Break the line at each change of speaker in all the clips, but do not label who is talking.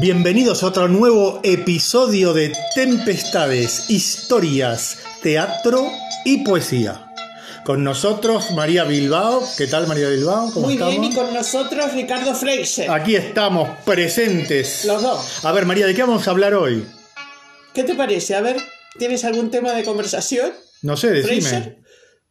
Bienvenidos a otro nuevo episodio de Tempestades, Historias, Teatro y Poesía. Con nosotros María Bilbao. ¿Qué tal María Bilbao? ¿Cómo
Muy bien,
estamos?
y con nosotros Ricardo Fleischer.
Aquí estamos, presentes.
Los dos.
A ver María, ¿de qué vamos a hablar hoy?
¿Qué te parece? A ver, ¿tienes algún tema de conversación?
No sé, decime.
¿Fleischer?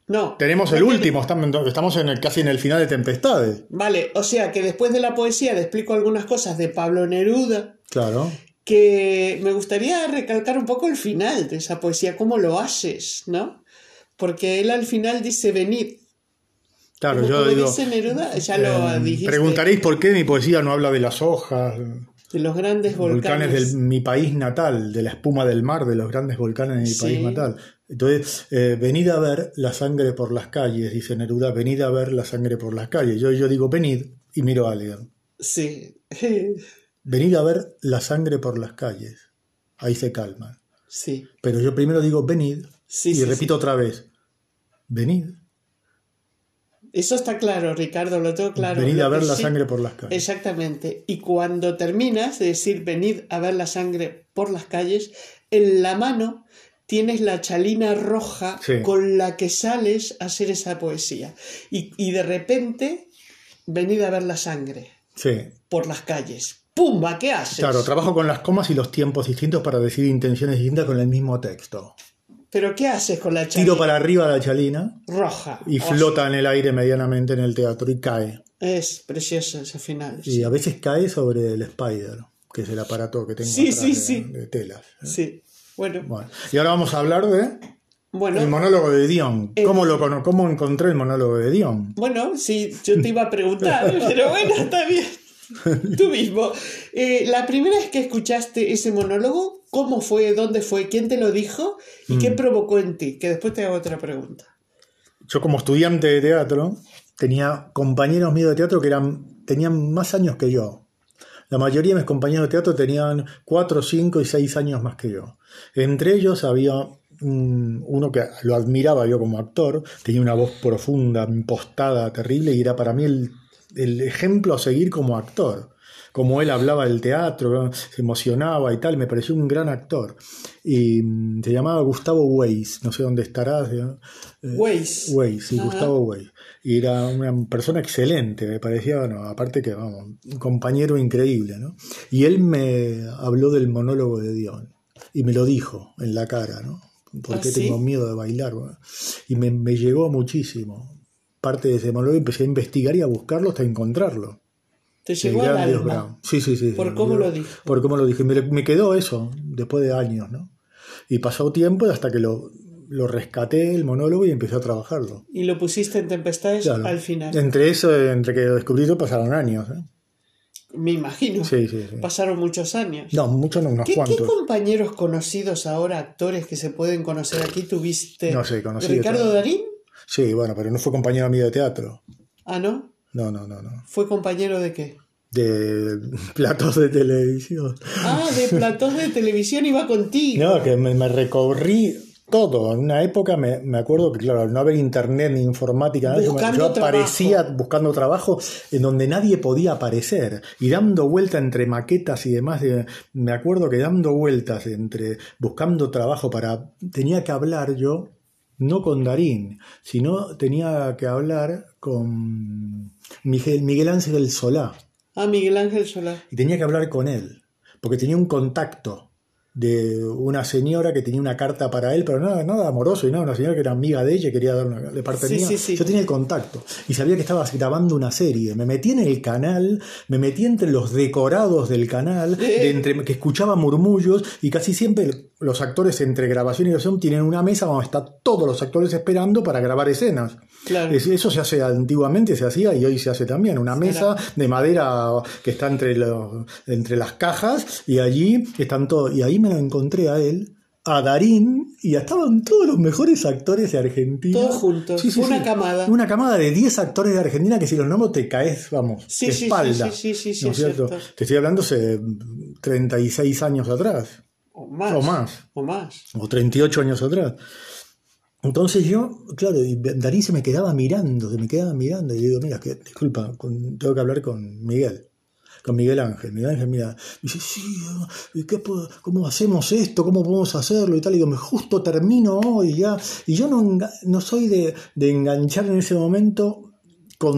No.
Tenemos el último, estamos estamos en el, casi en el final de Tempestades.
Vale, o sea que después de la poesía te explico algunas cosas de Pablo Neruda
Claro.
que me gustaría recalcar un poco el final de esa poesía, cómo lo haces, ¿no? Porque él al final dice venid.
Claro,
Como-
yo
como
digo.
dice Neruda, ya lo
eh,
dijiste.
preguntaréis por qué mi poesía no habla de las hojas,
De los grandes volcanes.
volcanes de mi país natal, de la espuma del mar, de los grandes volcanes de mi
Sí.
país natal. Entonces, eh, venid a ver la sangre por las calles, dice Neruda, venid a ver la sangre por las calles. Yo, yo digo, venid y miro a alguien.
Sí.
Venid a ver la sangre por las calles. Ahí se calman.
sí.
Pero yo primero digo, venid
Sí,
y
sí,
repito otra vez, venid,
Eso está claro, Ricardo, lo tengo claro.
venid a
Lo que
ver la
sí-
sangre por las calles.
Exactamente. Y cuando terminas de decir venid a ver la sangre por las calles, en la mano tienes la chalina roja
Sí.
con la que sales a hacer esa poesía. Y, y de repente, venid a ver la sangre
Sí,
por las calles. ¡Pumba! ¿Qué haces?
Claro, trabajo con las comas y los tiempos distintos para decir intenciones distintas con el mismo texto.
¿Pero qué haces con la chalina
Tiro para arriba la chalina
roja?
y
Oh,
flota en el aire medianamente en el teatro y cae.
Es precioso ese final.
Y a veces cae sobre el spider, que es el aparato que tengo
Sí,
atrás
sí,
de,
sí.
de telas.
Sí. Bueno,
Bueno, y ahora vamos a hablar de
bueno.
el monólogo de Dion.
El-
¿Cómo, lo, cono- ¿Cómo encontré el monólogo de Dion?
Bueno, sí, yo te iba a preguntar, pero bueno, está bien. Tú mismo. Eh, la primera vez que escuchaste ese monólogo, ¿cómo fue? ¿Dónde fue? ¿Quién te lo dijo? ¿Y
Mm.
qué provocó en ti? Que después te hago otra pregunta.
Yo como estudiante de teatro tenía compañeros míos de teatro que eran tenían más años que yo. La mayoría de mis compañeros de teatro tenían 4, 5 y 6 años más que yo. Entre ellos había mm, uno que lo admiraba yo como actor, tenía una voz profunda, impostada, terrible y era para mí el, el ejemplo a seguir como actor. Como él hablaba del teatro, se emocionaba y tal, me pareció un gran actor. Y mm, se llamaba Gustavo Weiss, no sé dónde estarás. ¿no? Eh,
Weiss.
Güey, sí,
Ajá.
Gustavo Güey. Y era una persona excelente, me parecía, bueno, aparte que, vamos, un compañero increíble, ¿no? Y él me habló del monólogo de Dion y me lo dijo en la cara, ¿no? ¿Por
¿Ah,
qué
sí?
tengo miedo de bailar? bueno? Y me, me llegó muchísimo parte de ese monólogo y empecé a investigar y a buscarlo hasta encontrarlo.
Te
El
llegó al
gran Dios
alma.
Brown. Sí, sí, sí.
Por
sí,
cómo
yo-
lo dijo.
Por cómo lo dije. Me, me quedó eso después de años, ¿no? Y pasó tiempo hasta que lo, lo rescaté el monólogo y empecé a trabajarlo.
Y lo pusiste en Tempestades
Claro.
al final.
Entre eso, entre que lo descubrí yo, pasaron años. ¿eh?
Me imagino.
Sí, sí, sí.
Pasaron muchos años.
No, muchos no, unos
¿Qué, qué
cuantos.
compañeros conocidos ahora, actores que se pueden conocer aquí, tuviste?
No sé, conocí de
¿Ricardo
todo.
Darín?
Sí, bueno, pero no fue compañero mío de teatro.
Ah, ¿no?
No, no, no, no.
¿Fue compañero de qué?
De platos de televisión.
Ah, de platós de televisión iba contigo.
No, que me, me recorrí todo. En una época me, me acuerdo que, claro, al no haber internet ni informática, nada, yo me-
Buscando
yo aparecía
trabajo.
buscando trabajo en donde nadie podía aparecer y dando vuelta entre maquetas y demás. eh, Me acuerdo que dando vueltas entre buscando trabajo para. tenía que hablar yo, no con Darín, sino tenía que hablar con Miguel, Miguel Ángel Solá
Ah, Miguel Ángel Solá.
y tenía que hablar con él, porque tenía un contacto de una señora que tenía una carta para él, pero nada, nada amoroso y nada, una señora que era amiga de ella, y quería dar una de parte
Sí,
mía.
sí, sí.
Yo tenía el contacto y sabía que estabas grabando una serie. Me metí en el canal, me metí entre los decorados del canal, de entre, que escuchaba murmullos y casi siempre los actores entre grabación y grabación tienen una mesa donde están todos los actores esperando para grabar escenas.
Claro.
Es- Eso se hace antiguamente, se hacía y hoy se hace también. Una mesa de madera que está entre, los- entre las cajas y allí están todos. Y ahí me lo encontré a él, a Darín y estaban todos los mejores actores de Argentina.
Todos juntos, una camada.
Una camada de 10 actores de Argentina que si los nombro te caes, vamos,
Sí,
de
sí, sí,
espalda.
sí, sí, sí, sí,
¿No
es
es cierto?
cierto.
Te estoy hablando hace 36 años atrás
O más.
O más.
O más.
o 38 años atrás. Entonces yo, claro, y Darín se me quedaba mirando, se me quedaba mirando, y le digo, mira, que, disculpa, con- tengo que hablar con Miguel. con Miguel Ángel. Miguel Ángel mira, dice, sí, ¿y qué po- ¿cómo hacemos esto? ¿Cómo podemos hacerlo? Y tal, y digo, me justo termino hoy ya. Y yo no, enga- no soy de, de enganchar en ese momento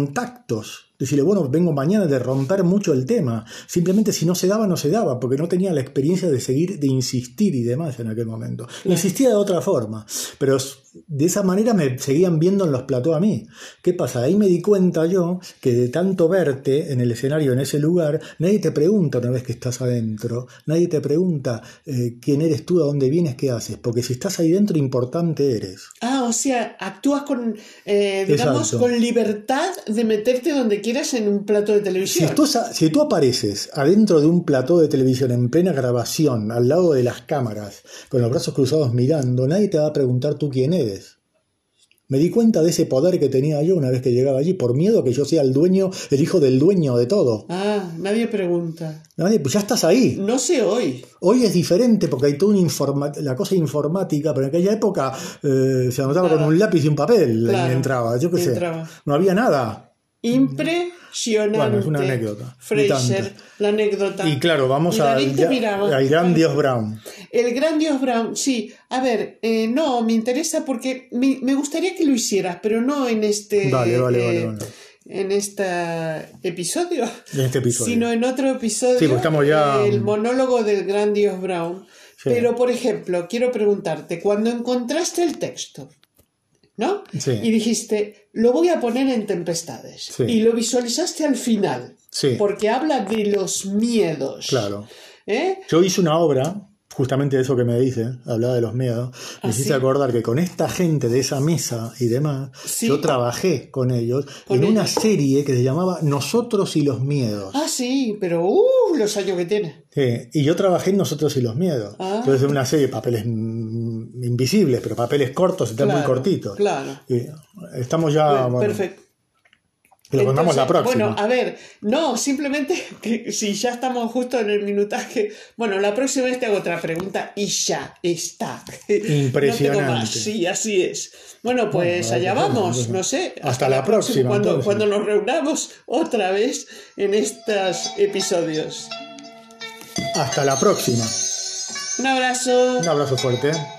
contactos. Decirle, bueno, vengo mañana de romper mucho el tema. Simplemente si no se daba, no se daba, porque no tenía la experiencia de seguir, de insistir y demás en aquel momento. Insistía de otra forma, pero s- de esa manera me seguían viendo en los platós a mí. ¿Qué pasa? Ahí me di cuenta yo que de tanto verte en el escenario, en ese lugar, nadie te pregunta una vez que estás adentro, nadie te pregunta eh, quién eres tú, a dónde vienes, qué haces, porque si estás ahí dentro, importante eres.
Ah, o sea, actúas con, eh, digamos,
Exacto.
con libertad de meterte donde quieras en un plato de
Si
televisión.
tú, sa- si tú apareces adentro de un plató de televisión en plena grabación, al lado de las cámaras, con los brazos cruzados mirando, nadie te va a preguntar tú quién eres. Me di cuenta de ese poder que tenía yo una vez que llegaba allí, por miedo a que yo sea el dueño, el hijo del dueño de todo.
Ah, nadie pregunta.
Nadie, pues ya estás ahí.
No sé hoy.
Hoy es diferente porque hay toda una informa- la cosa informática, pero en aquella época eh, se anotaba con un lápiz y un papel
Claro.
y entraba, yo qué sé.
Entraba.
No había nada.
Impresionante.
Bueno, es una anécdota. Y
Fraser,
tanto.
la anécdota.
Y claro, vamos
Y
a,
David te miraba.
a Irán Dios Brown.
El gran Dios Brown, sí. A ver, eh, no, me interesa porque me, me gustaría que lo hicieras, pero no en este.
Vale, vale, vale,
eh,
vale.
En este episodio.
En este episodio.
Sino en otro episodio.
Sí, porque estamos ya- mm.
El monólogo del gran Dios Brown.
Sí.
Pero, por ejemplo, quiero preguntarte, cuando encontraste el texto, ¿no?
Sí.
Y dijiste, lo voy a poner en tempestades.
Sí.
Y lo visualizaste al final.
Sí.
Porque habla de los miedos.
Claro.
¿Eh?
Yo hice una obra, justamente de eso que me dice, hablaba de los miedos. Me
Ah,
hiciste
sí.
acordar que con esta gente de esa mesa y demás,
Sí.
yo trabajé con ellos
Con
en una
ellos.
serie que se llamaba Nosotros y los miedos.
Ah, sí, pero uh, los años que tiene.
Sí, y yo trabajé en Nosotros y los Miedos.
Ah.
Entonces, en una serie de papeles mm, invisibles, pero papeles cortos, están muy
Claro,
cortitos.
claro.
Y estamos ya.
Bueno,
bueno,
perfecto.
Lo contamos la
Entonces,
próxima.
Bueno, a ver, no, simplemente que si ya estamos justo en el minutaje, bueno, la próxima vez te hago otra pregunta y ya está.
Impresionante.
No tengo más. Sí, así es. Bueno, pues
Bueno,
allá
bueno,
vamos,
bueno.
no sé.
Hasta la próxima,
Cuando,
entonces.
cuando nos reunamos otra vez en estos episodios.
Hasta la próxima.
Un abrazo.
Un abrazo fuerte.